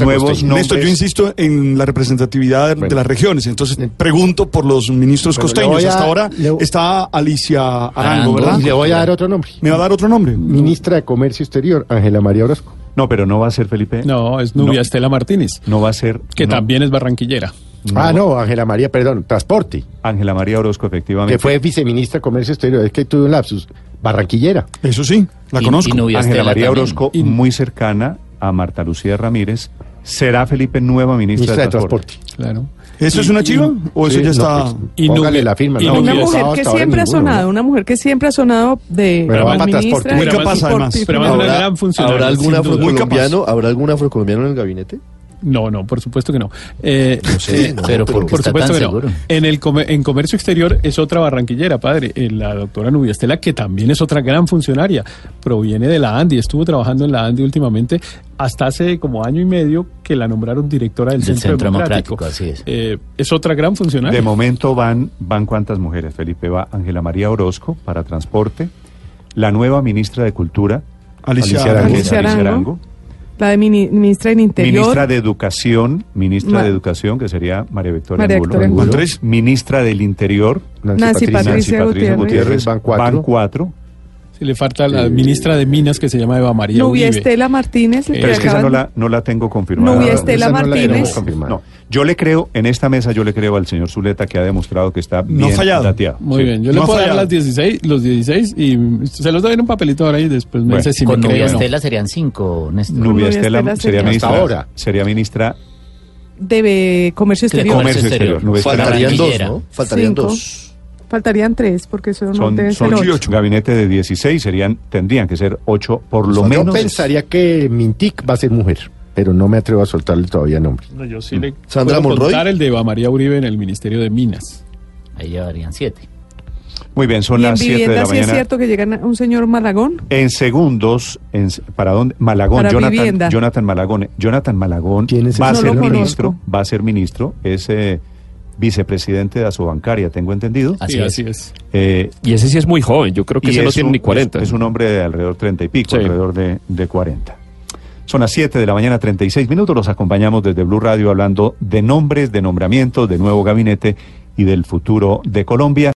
nuevos nombres. Néstor, yo insisto en la representatividad de las regiones, entonces pregunto por los ministros Bueno, le costeños. voy a- Hasta ahora le- está Alicia Arango, Arango, ¿verdad? Y Ah, le voy a dar otro nombre. ¿Me va a dar otro nombre? Ministra de Comercio Exterior, Ángela María Orozco. No, pero no va a ser Felipe. No, es Nubia No. Estela Martínez, No va a ser. que no. también es barranquillera. Ah, no, Ángela María, perdón, Transporte, Ángela María Orozco, efectivamente. que fue viceministra de Comercio Exterior. Es que tuve un lapsus. Barranquillera. Eso sí, la Y- conozco. y Nubia Ángela Estela María también. Orozco, Y- muy cercana a Marta Lucía Ramírez. Será Felipe nueva ministra, Ministra de de Transporte. Transporte. Claro. ¿Eso es una chiva? ¿O Oh, eso Sí, ya no, está...? pues, Y póngale Nubia- la firma. y no, Nubia- Una no hubiera mujer estaba que hasta ahora siempre ha ninguno, ¿no? sonado, una mujer que siempre ha sonado de Pero va para transporte. ministra. Muy de capaz, transporte además. y Pero además Ahora- una gran funcionaria. ¿Habrá algún sin duda. afrocolombiano? ¿Habrá algún afrocolombiano en el gabinete? No, no, por supuesto que no. Eh, sé, no, pero pero- ¿por qué por está supuesto tan que seguro? no. En, el come- en comercio exterior es otra barranquillera, padre. eh, La doctora Nubia Estela, que también es otra gran funcionaria, proviene de la ANDI, estuvo trabajando en la ANDI últimamente, hasta hace como año y medio que la nombraron directora del, Del Centro, Centro Democrático. Democrático, así es. Eh, es otra gran funcionaria. De momento van, van cuántas mujeres, Felipe. Va Ángela María Orozco para Transporte, la nueva ministra de Cultura, Alicia, Alicia Arango. Alicia Arango. Arango, La de mini- ministra del Interior. ministra de Educación, ministra Ma- de Educación, que sería María Victoria María Angulo. Victoria Angulo. Andrés. Ministra del Interior, Nancy Patricia Nancy Patricia Gutiérrez. Gutiérrez, Van cuatro. Van cuatro. Sí, le falta la ministra de Minas que se llama Eva María Nubia Uribe. Estela Martínez. la Eh, Pero es que esa acaban- no la, no la tengo confirmada. Nubia No, Estela esa no la Martínez. tengo confirmada. No, yo le creo, en esta mesa yo le creo al señor Zuleta que ha demostrado que está No ha bien fallado. dateado. Muy Sí. bien, No yo le ha puedo dar fallado. las 16, los 16 y mm, se los doy en un papelito ahora y después me Bueno, dice si Con me cree Nubia o no. Estela serían cinco, Néstor. Nubia Estela sería Estela sería- ministra, Hasta ahora. sería ministra de De Comercio Exterior. Comercio Exterior. Nubia Pues Estela Faltarían dos, Barranquillera. ¿no? Faltarían Cinco. dos. Faltarían tres, porque eso no son, debe son ser ocho. ocho. gabinete de 16, serían, tendrían que ser 8 por lo Yo menos. pensaría que Mintic va a ser mujer, pero no me atrevo a soltarle todavía nombre. No, yo sí le Sandra puedo Monroy. contar el de Eva María Uribe en el Ministerio de Minas. Ahí llevarían siete. Muy bien, son Y en las 7 de vivienda la sí es mañana. cierto que llegan a- un señor Malagón. En segundos, en, ¿para dónde? Malagón, Para Jonathan, vivienda. Jonathan Malagón. eh, Jonathan Malagón ¿Quién es va a ese? ser No lo ministro, conozco. va a ser ministro, es eh, vicepresidente de Asobancaria, tengo entendido. Así Sí, es. así es. Eh, Y ese sí es muy joven, yo creo que y ese no es tiene un- ni 40. Es, es un hombre de alrededor 30 y pico, Sí. alrededor de, de 40. Son las 7 de la mañana, 36 minutos. Los acompañamos desde Blue Radio hablando de nombres, de nombramientos, de nuevo gabinete y del futuro de Colombia.